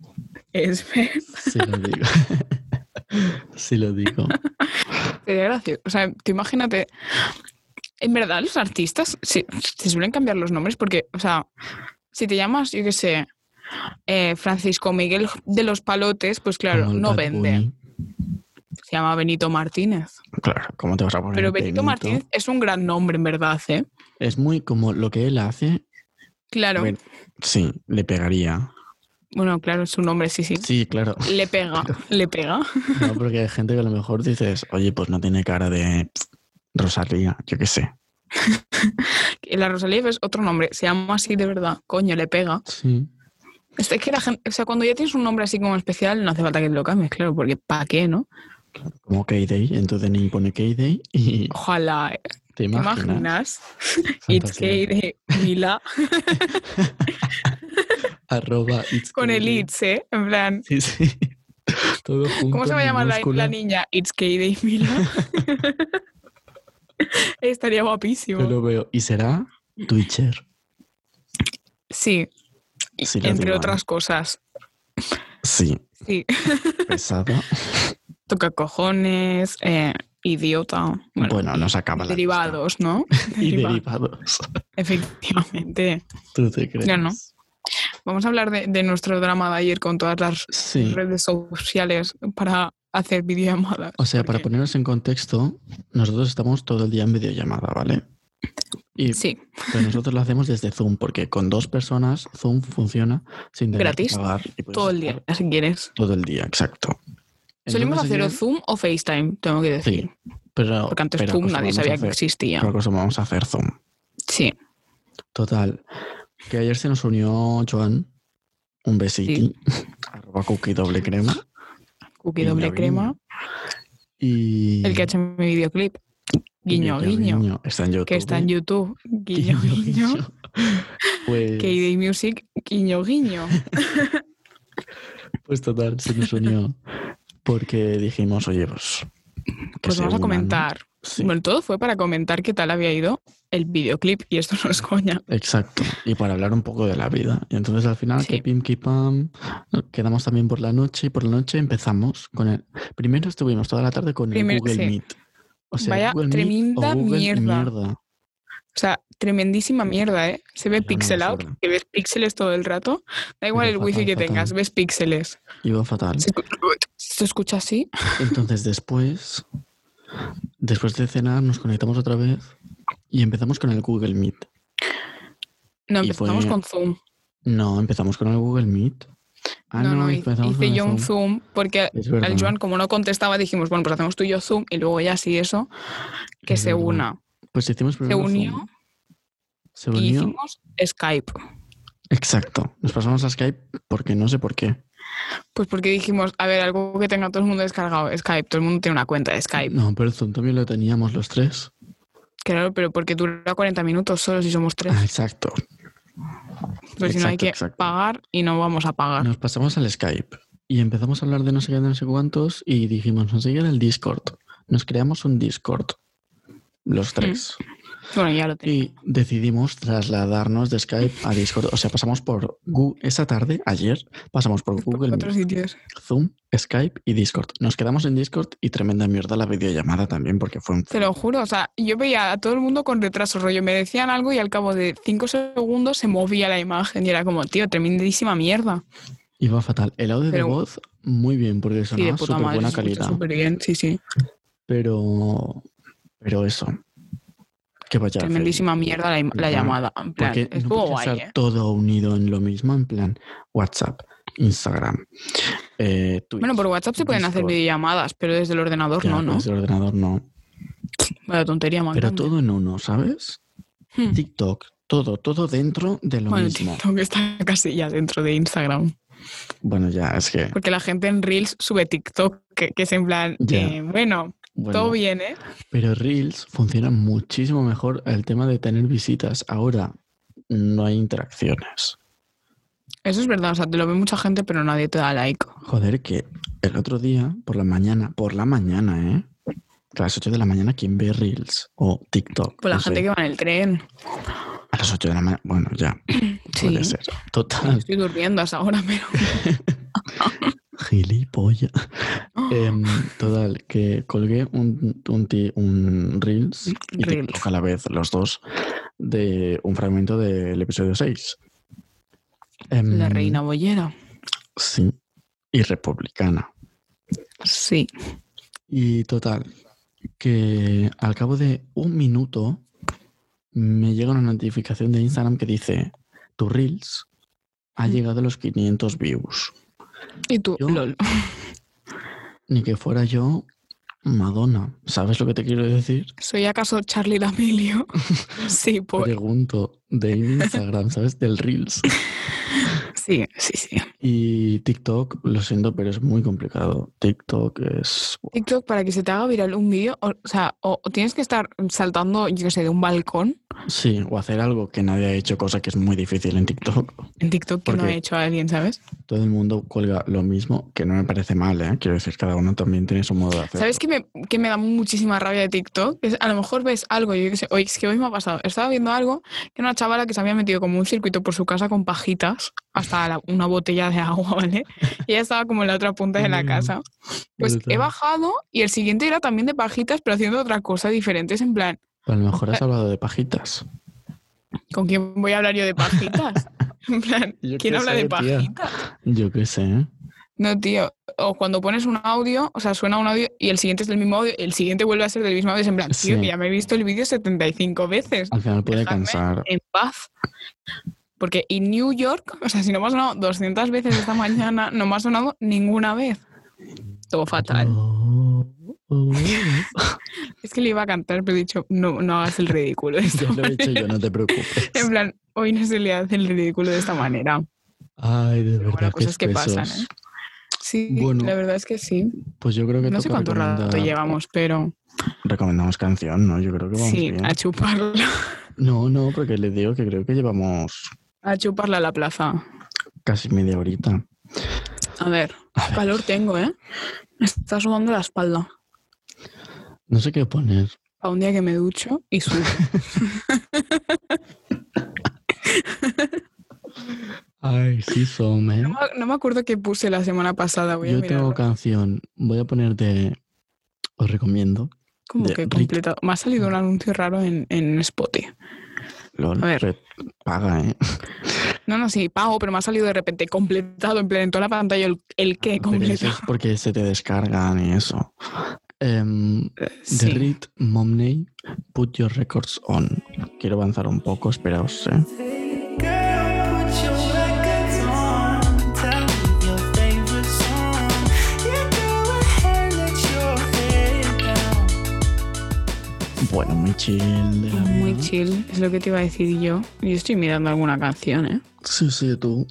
Speaker 1: Es
Speaker 2: Si lo digo. si lo digo.
Speaker 1: Sería gracioso. O sea, tú imagínate. En verdad, los artistas se, se suelen cambiar los nombres porque, o sea, si te llamas, yo qué sé, eh, Francisco Miguel de los Palotes, pues claro,
Speaker 2: Como el
Speaker 1: no
Speaker 2: Bad
Speaker 1: vende.
Speaker 2: Bunny.
Speaker 1: Se llama Benito Martínez.
Speaker 2: Claro, ¿cómo te vas a poner?
Speaker 1: Pero Benito, Martínez es un gran nombre, en verdad, ¿eh?
Speaker 2: Es muy como lo que él hace.
Speaker 1: Claro.
Speaker 2: Bueno, sí, le pegaría.
Speaker 1: Bueno, claro, es un nombre, sí, sí.
Speaker 2: Sí, claro.
Speaker 1: Le pega, le pega.
Speaker 2: No, porque hay gente que a lo mejor dices, oye, pues no tiene cara de pf, Rosalía, yo qué sé.
Speaker 1: Y La Rosalía es otro nombre, se llama así de verdad. Coño, le pega.
Speaker 2: Sí.
Speaker 1: Es que la gente, o sea, cuando ya tienes un nombre así como especial, no hace falta que te lo cambies, claro, porque ¿para qué, no?
Speaker 2: Como K-Day, en tu DNI pone K-Day y
Speaker 1: Ojalá,
Speaker 2: te
Speaker 1: ¿Te
Speaker 2: imaginas.
Speaker 1: imaginas? It's
Speaker 2: Fantasía.
Speaker 1: Kate Mila
Speaker 2: Arroba it's
Speaker 1: con el
Speaker 2: K-Day.
Speaker 1: It's, ¿eh? En plan,
Speaker 2: Sí, sí. Todo junto.
Speaker 1: ¿cómo se va a
Speaker 2: en
Speaker 1: llamar la,
Speaker 2: minúscula.
Speaker 1: la niña? It's Kate Mila. Estaría guapísimo.
Speaker 2: Yo lo veo. Y será Twitcher.
Speaker 1: sí, y-
Speaker 2: Sí, lo
Speaker 1: entre
Speaker 2: digo, ¿eh?
Speaker 1: otras cosas.
Speaker 2: Sí,
Speaker 1: Sí,
Speaker 2: pesada.
Speaker 1: toca cojones, eh, idiota. Bueno,
Speaker 2: Bueno, nos acaba la
Speaker 1: derivados, ¿no?
Speaker 2: lista. Y
Speaker 1: Deriva-
Speaker 2: derivados.
Speaker 1: Efectivamente.
Speaker 2: ¿Tú te crees?
Speaker 1: Ya no. Vamos a hablar de, de nuestro drama de ayer con todas las
Speaker 2: Sí.
Speaker 1: redes sociales para hacer videollamadas.
Speaker 2: O sea, para
Speaker 1: porque-
Speaker 2: ponernos en contexto, nosotros estamos todo el día en videollamada, ¿vale? Y
Speaker 1: Sí,
Speaker 2: pero nosotros lo hacemos desde Zoom, porque con dos personas Zoom funciona sin tener
Speaker 1: Gratis,
Speaker 2: que pagar. y puedes
Speaker 1: todo el
Speaker 2: estar
Speaker 1: día, si quieres.
Speaker 2: Todo el día, exacto.
Speaker 1: Solemos
Speaker 2: Entonces
Speaker 1: hacer o
Speaker 2: ayer-
Speaker 1: Zoom o FaceTime, tengo que decir.
Speaker 2: Sí, pero,
Speaker 1: porque antes
Speaker 2: pero
Speaker 1: Zoom nadie
Speaker 2: acostumbramos a
Speaker 1: sabía que
Speaker 2: hacer-
Speaker 1: existía.
Speaker 2: pero acostumbramos a hacer Zoom.
Speaker 1: Sí,
Speaker 2: Total. Que ayer se nos unió Joan. Un besito. Arroba cookie doble crema.
Speaker 1: cookie
Speaker 2: Guiño,
Speaker 1: doble
Speaker 2: guiño.
Speaker 1: crema,
Speaker 2: Y.
Speaker 1: el que ha hecho mi videoclip. Guiño, guiño,
Speaker 2: Está en YouTube.
Speaker 1: que está en YouTube. Guiño,
Speaker 2: Guiño,
Speaker 1: guiño.
Speaker 2: guiño. Pues,
Speaker 1: KD Music, guiño, guiño.
Speaker 2: pues total, se nos unió. Porque dijimos, oye, pues. que
Speaker 1: Pues vamos
Speaker 2: se
Speaker 1: a
Speaker 2: unan, ¿no?
Speaker 1: comentar.
Speaker 2: Sí,
Speaker 1: Bueno, todo fue para comentar qué tal había ido el videoclip y esto no es coña.
Speaker 2: exacto. Y para hablar un poco de la vida. Y entonces al final,
Speaker 1: Sí.
Speaker 2: que pim, que pam. Quedamos también por la noche y por la noche empezamos con el. Primero estuvimos toda la tarde con el
Speaker 1: Primer-
Speaker 2: Google
Speaker 1: sí.
Speaker 2: Meet. O sea,
Speaker 1: Vaya
Speaker 2: Google Meet o
Speaker 1: tremenda
Speaker 2: Google
Speaker 1: mierda.
Speaker 2: mierda.
Speaker 1: O sea, tremendísima mierda, ¿eh? Se ve
Speaker 2: Era una
Speaker 1: pixelado,
Speaker 2: basura.
Speaker 1: que ves píxeles todo el rato. Da igual
Speaker 2: Pero
Speaker 1: el wifi
Speaker 2: fatal,
Speaker 1: que
Speaker 2: fatal.
Speaker 1: tengas, ves píxeles.
Speaker 2: Iba fatal.
Speaker 1: Se escu- se escucha así.
Speaker 2: Entonces después, después de cenar, nos conectamos otra vez y empezamos con el Google Meet.
Speaker 1: No,
Speaker 2: Y
Speaker 1: empezamos
Speaker 2: fue-
Speaker 1: con Zoom.
Speaker 2: No, empezamos con el Google Meet. Ah,
Speaker 1: no,
Speaker 2: no,
Speaker 1: no, hi-
Speaker 2: empezamos con
Speaker 1: hice
Speaker 2: el
Speaker 1: yo un
Speaker 2: Zoom.
Speaker 1: Zoom porque
Speaker 2: Es
Speaker 1: al
Speaker 2: verdad.
Speaker 1: Joan, como no contestaba, dijimos, bueno, pues hacemos tú y yo Zoom y luego ya sí eso, que
Speaker 2: Es
Speaker 1: se
Speaker 2: verdad.
Speaker 1: una.
Speaker 2: Pues hicimos
Speaker 1: Se
Speaker 2: primero Zoom.
Speaker 1: unió
Speaker 2: Se
Speaker 1: y
Speaker 2: unió.
Speaker 1: hicimos Skype.
Speaker 2: Exacto. Nos pasamos a Skype porque no sé por qué.
Speaker 1: Pues porque dijimos, a ver, algo que tenga todo el mundo descargado, Skype, todo el mundo tiene una cuenta de Skype.
Speaker 2: No, pero el Zoom también lo teníamos los tres.
Speaker 1: Claro, pero porque dura 40 minutos solo si somos tres.
Speaker 2: Ah, exacto.
Speaker 1: Pues si no hay
Speaker 2: exacto,
Speaker 1: que
Speaker 2: exacto.
Speaker 1: pagar y no vamos a pagar.
Speaker 2: Nos pasamos al Skype y empezamos a hablar de no sé qué, de no sé cuántos y dijimos, nos llega el Discord. Nos creamos un Discord. Los
Speaker 1: Hmm.
Speaker 2: tres.
Speaker 1: Bueno, ya lo tengo.
Speaker 2: Y decidimos trasladarnos de Skype a Discord. O sea, pasamos por Google. Esa tarde, ayer, pasamos por Google Meet,
Speaker 1: Otros sitios.
Speaker 2: Zoom, Skype y Discord. Nos quedamos en Discord y tremenda mierda la videollamada también porque fue un...
Speaker 1: Te lo juro, o sea, yo veía a todo el mundo con retraso, rollo. Me decían algo y al cabo de cinco segundos se movía la imagen y era como, tío, tremendísima mierda.
Speaker 2: Iba fatal. El audio
Speaker 1: Pero-
Speaker 2: de voz, muy bien, porque
Speaker 1: Y de
Speaker 2: sonaba
Speaker 1: puta
Speaker 2: súper
Speaker 1: madre,
Speaker 2: buena
Speaker 1: se escucha
Speaker 2: calidad.
Speaker 1: súper bien, sí, sí.
Speaker 2: Pero... Pero eso. Que vaya. a hacer.
Speaker 1: Tremendísima mierda la, im- la
Speaker 2: Claro,
Speaker 1: llamada. En plan,
Speaker 2: Porque no
Speaker 1: estuvo
Speaker 2: puedes
Speaker 1: guay,
Speaker 2: estar
Speaker 1: ¿eh?
Speaker 2: todo unido en lo mismo, en plan WhatsApp, Instagram, eh, Twitch.
Speaker 1: Bueno, por WhatsApp se pueden hacer
Speaker 2: Discord.
Speaker 1: videollamadas, pero desde el ordenador
Speaker 2: Ya,
Speaker 1: no, ¿no?
Speaker 2: desde el ordenador no.
Speaker 1: Vaya tontería, man.
Speaker 2: Pero todo en uno, ¿sabes?
Speaker 1: Hmm.
Speaker 2: TikTok, todo, todo dentro de lo
Speaker 1: Bueno,
Speaker 2: mismo.
Speaker 1: TikTok está casi ya dentro de Instagram.
Speaker 2: Bueno, ya, es que.
Speaker 1: Porque la gente en Reels sube TikTok, que, que es en plan,
Speaker 2: Ya.
Speaker 1: eh, bueno,
Speaker 2: bueno,
Speaker 1: todo bien, ¿eh?
Speaker 2: Pero Reels funciona muchísimo mejor el tema de tener visitas. Ahora no hay interacciones.
Speaker 1: Eso es verdad, o sea, te lo ve mucha gente, pero nadie te da like.
Speaker 2: Joder, que el otro día, por la mañana, por la mañana, ¿eh? A las 8 de la mañana, ¿quién ve Reels o TikTok?
Speaker 1: Pues la
Speaker 2: No sé.
Speaker 1: gente que va en el tren.
Speaker 2: Ah. A las 8 de la mañana. Bueno, ya.
Speaker 1: Sí,
Speaker 2: Puede ser. Total.
Speaker 1: Pues estoy durmiendo hasta ahora, pero...
Speaker 2: Gilipollas. Em, total, que colgué un, un, ti- un Reels, y
Speaker 1: Reels.
Speaker 2: TikTok a la vez, los dos, de un fragmento del episodio 6. Em,
Speaker 1: La reina bollera.
Speaker 2: Sí. Y republicana.
Speaker 1: Sí.
Speaker 2: Y total, que al cabo de un minuto me llega una notificación de Instagram que dice, tu Reels ha
Speaker 1: Mm.
Speaker 2: llegado a los 500 views.
Speaker 1: Y tú,
Speaker 2: Yo-
Speaker 1: lol.
Speaker 2: Ni que fuera yo Madonna. ¿Sabes lo que te quiero decir?
Speaker 1: ¿Soy acaso Charlie D'Amelio? sí, pues...
Speaker 2: Pregunto de Instagram, ¿sabes? Del Reels.
Speaker 1: Sí, sí, sí.
Speaker 2: Y TikTok, lo siento, pero es muy complicado. TikTok es...
Speaker 1: TikTok, para que se te haga viral un vídeo, o, o sea, o, o tienes que estar saltando, yo qué sé, de un balcón
Speaker 2: Sí, o hacer algo que nadie ha hecho, cosa que es muy difícil en TikTok.
Speaker 1: en TikTok que
Speaker 2: ¿Por
Speaker 1: no ha
Speaker 2: qué?
Speaker 1: hecho alguien, ¿sabes?
Speaker 2: Todo el mundo cuelga lo mismo, que no me parece mal, ¿eh? Quiero decir, cada uno también tiene su modo de hacer.
Speaker 1: ¿Sabes qué me, qué me da muchísima rabia de TikTok? Es, a lo mejor ves algo, yo qué sé, hoy, es que hoy me ha pasado. Estaba viendo algo que una chavala que se había metido como un circuito por su casa con pajitas, hasta la- una botella de agua, ¿vale? Y ella estaba como en la otra punta de la
Speaker 2: Mm,
Speaker 1: casa. Pues he
Speaker 2: brutal.
Speaker 1: bajado y el siguiente era también de pajitas, pero haciendo otra cosa diferente. Es en plan,
Speaker 2: A lo mejor has hablado de pajitas.
Speaker 1: ¿con quién voy a hablar yo de pajitas? En plan,
Speaker 2: Yo
Speaker 1: ¿quién
Speaker 2: qué
Speaker 1: habla de
Speaker 2: sé, tía.
Speaker 1: pajitas?
Speaker 2: Yo qué sé, ¿eh?
Speaker 1: No, tío. O cuando pones un audio, o sea, suena un audio y el siguiente es del mismo audio, y el siguiente vuelve a ser del mismo audio. Es en plan, tío,
Speaker 2: Sí.
Speaker 1: que ya me he visto el vídeo 75 veces.
Speaker 2: Al final puede
Speaker 1: Dejadme
Speaker 2: cansar.
Speaker 1: En paz. Porque en New York, o sea, si no me ha sonado 200 veces esta mañana, no me ha sonado ninguna vez. Todo fatal.
Speaker 2: Oh, oh.
Speaker 1: Es que le iba a cantar, pero he dicho, no, no hagas el ridículo. de esta
Speaker 2: Ya lo he hecho
Speaker 1: manera.
Speaker 2: yo, no te preocupes.
Speaker 1: En plan, hoy no se le hace el ridículo de esta manera.
Speaker 2: Ay, de
Speaker 1: Pero
Speaker 2: verdad
Speaker 1: bueno,
Speaker 2: que
Speaker 1: cosas que pasan,
Speaker 2: espesos.
Speaker 1: ¿eh? Sí,
Speaker 2: Bueno,
Speaker 1: la verdad es que sí.
Speaker 2: Pues yo creo que
Speaker 1: No sé
Speaker 2: toca
Speaker 1: cuánto rato
Speaker 2: recomendar-
Speaker 1: llevamos, pero...
Speaker 2: Recomendamos canción, ¿no? Yo creo que vamos
Speaker 1: Sí,
Speaker 2: bien.
Speaker 1: a chuparla.
Speaker 2: No, no, porque les digo que creo que llevamos
Speaker 1: A chuparla a la plaza.
Speaker 2: casi media horita.
Speaker 1: A ver,
Speaker 2: A ver,
Speaker 1: calor tengo, ¿eh? Me está sudando la espalda.
Speaker 2: no sé qué poner.
Speaker 1: A un día que me ducho y sudo.
Speaker 2: Ay, sí, son, ¿eh?
Speaker 1: No, me- no me acuerdo qué puse la semana pasada. Voy a
Speaker 2: Yo
Speaker 1: mirarlo.
Speaker 2: tengo canción. Voy a poner de... Os recomiendo.
Speaker 1: Como
Speaker 2: de
Speaker 1: que
Speaker 2: Rick.
Speaker 1: completado. Me ha salido un anuncio raro en, en Spotify.
Speaker 2: LOL,
Speaker 1: A ver.
Speaker 2: Red paga, ¿eh?
Speaker 1: No, no, sí, pago, pero me ha salido de repente completado, en plan, en toda la pantalla el, el qué
Speaker 2: Ah, Pero eso
Speaker 1: completado.
Speaker 2: es porque se te descargan y eso. Em, The
Speaker 1: Sí.
Speaker 2: Read Momney, Put Your Records On. Quiero avanzar un poco, esperaos. ¿eh?
Speaker 4: Take
Speaker 2: Bueno, muy chill. de la
Speaker 1: Muy
Speaker 2: vida.
Speaker 1: chill, es lo que te iba a decir yo. Yo estoy mirando alguna canción, ¿eh?
Speaker 2: Sí, sí, tú.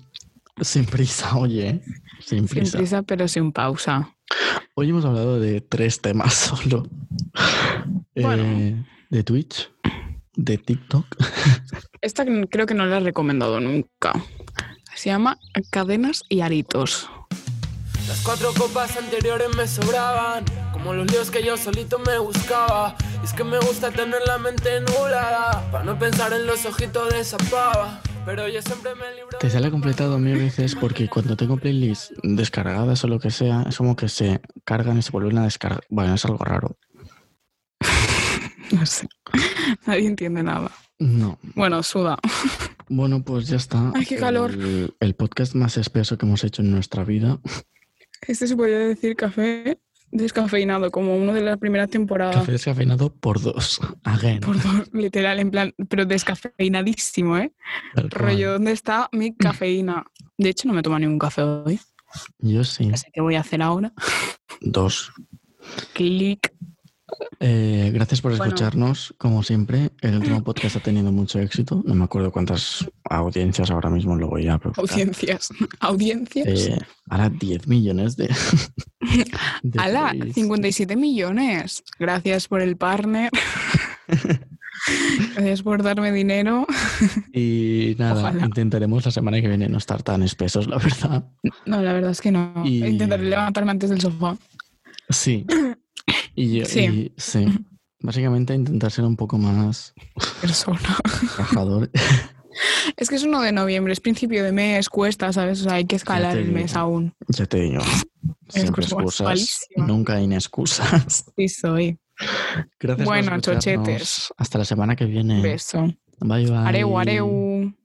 Speaker 2: Sin prisa, oye.
Speaker 1: Sin
Speaker 2: Sin prisa.
Speaker 1: prisa, pero sin pausa.
Speaker 2: Hoy hemos hablado de tres temas solo.
Speaker 1: Bueno.
Speaker 2: Eh, de Twitch, de TikTok.
Speaker 1: Esta n- creo que no la he recomendado nunca. Se llama Cadenas y Aritos.
Speaker 4: Las cuatro copas anteriores me sobraban, como los líos que yo solito me buscaba. Y es que me gusta tener la mente nublada, para no pensar en los ojitos de esa pava. Pero yo siempre me libro.
Speaker 2: Te sale completado mil veces porque cuando tengo playlists descargadas o lo que sea, es como que se cargan y se vuelven a descargar. Bueno, es algo raro.
Speaker 1: No sé. Nadie entiende nada.
Speaker 2: No.
Speaker 1: Bueno, suda.
Speaker 2: Bueno, pues ya está.
Speaker 1: Ay, qué calor.
Speaker 2: El, el podcast más espeso que hemos hecho en nuestra vida.
Speaker 1: Este se podría decir café descafeinado, como uno de las primeras temporadas.
Speaker 2: Café descafeinado por dos. Again.
Speaker 1: Ah. Por dos, literal, en plan, pero descafeinadísimo, ¿eh?
Speaker 2: Tal cual.
Speaker 1: Rollo, ¿dónde está mi cafeína? De hecho, no me tomo ningún café hoy.
Speaker 2: Yo sí.
Speaker 1: Así que voy a hacer ahora.
Speaker 2: Dos.
Speaker 1: Clic.
Speaker 2: Eh, gracias por
Speaker 1: Bueno. Mm.
Speaker 2: escucharnos, como siempre. El último podcast ha tenido mucho éxito. No me acuerdo cuántas audiencias ahora mismo lo voy a preguntar.
Speaker 1: Audiencias. Audiencias.
Speaker 2: Eh, ahora 10 millones de. de
Speaker 1: ¡Hala!
Speaker 2: plays.
Speaker 1: 57 millones. Gracias por el partner. Gracias por darme dinero.
Speaker 2: Y nada,
Speaker 1: Ojalá.
Speaker 2: intentaremos la semana que viene no estar tan espesos, la verdad.
Speaker 1: No, la verdad es que no.
Speaker 2: Y-
Speaker 1: Intentaré levantarme antes del sofá.
Speaker 2: Sí. Y yo,
Speaker 1: Sí.
Speaker 2: y- sí. Básicamente intentar ser un poco más
Speaker 1: Persona.
Speaker 2: trabajador.
Speaker 1: Es que es 1 de noviembre, es principio de mes, cuesta, ¿sabes? O sea, hay que escalar
Speaker 2: te
Speaker 1: el
Speaker 2: digo.
Speaker 1: mes aún.
Speaker 2: ya te digo. Siempre
Speaker 1: Excusas,
Speaker 2: excusas.
Speaker 1: malísimo.
Speaker 2: Nunca inexcusas.
Speaker 1: Sí, soy.
Speaker 2: Gracias por
Speaker 1: Bueno,
Speaker 2: escucharnos.
Speaker 1: chochetes.
Speaker 2: Hasta la semana que viene.
Speaker 1: Beso.
Speaker 2: Bye bye.
Speaker 1: Areu, areu.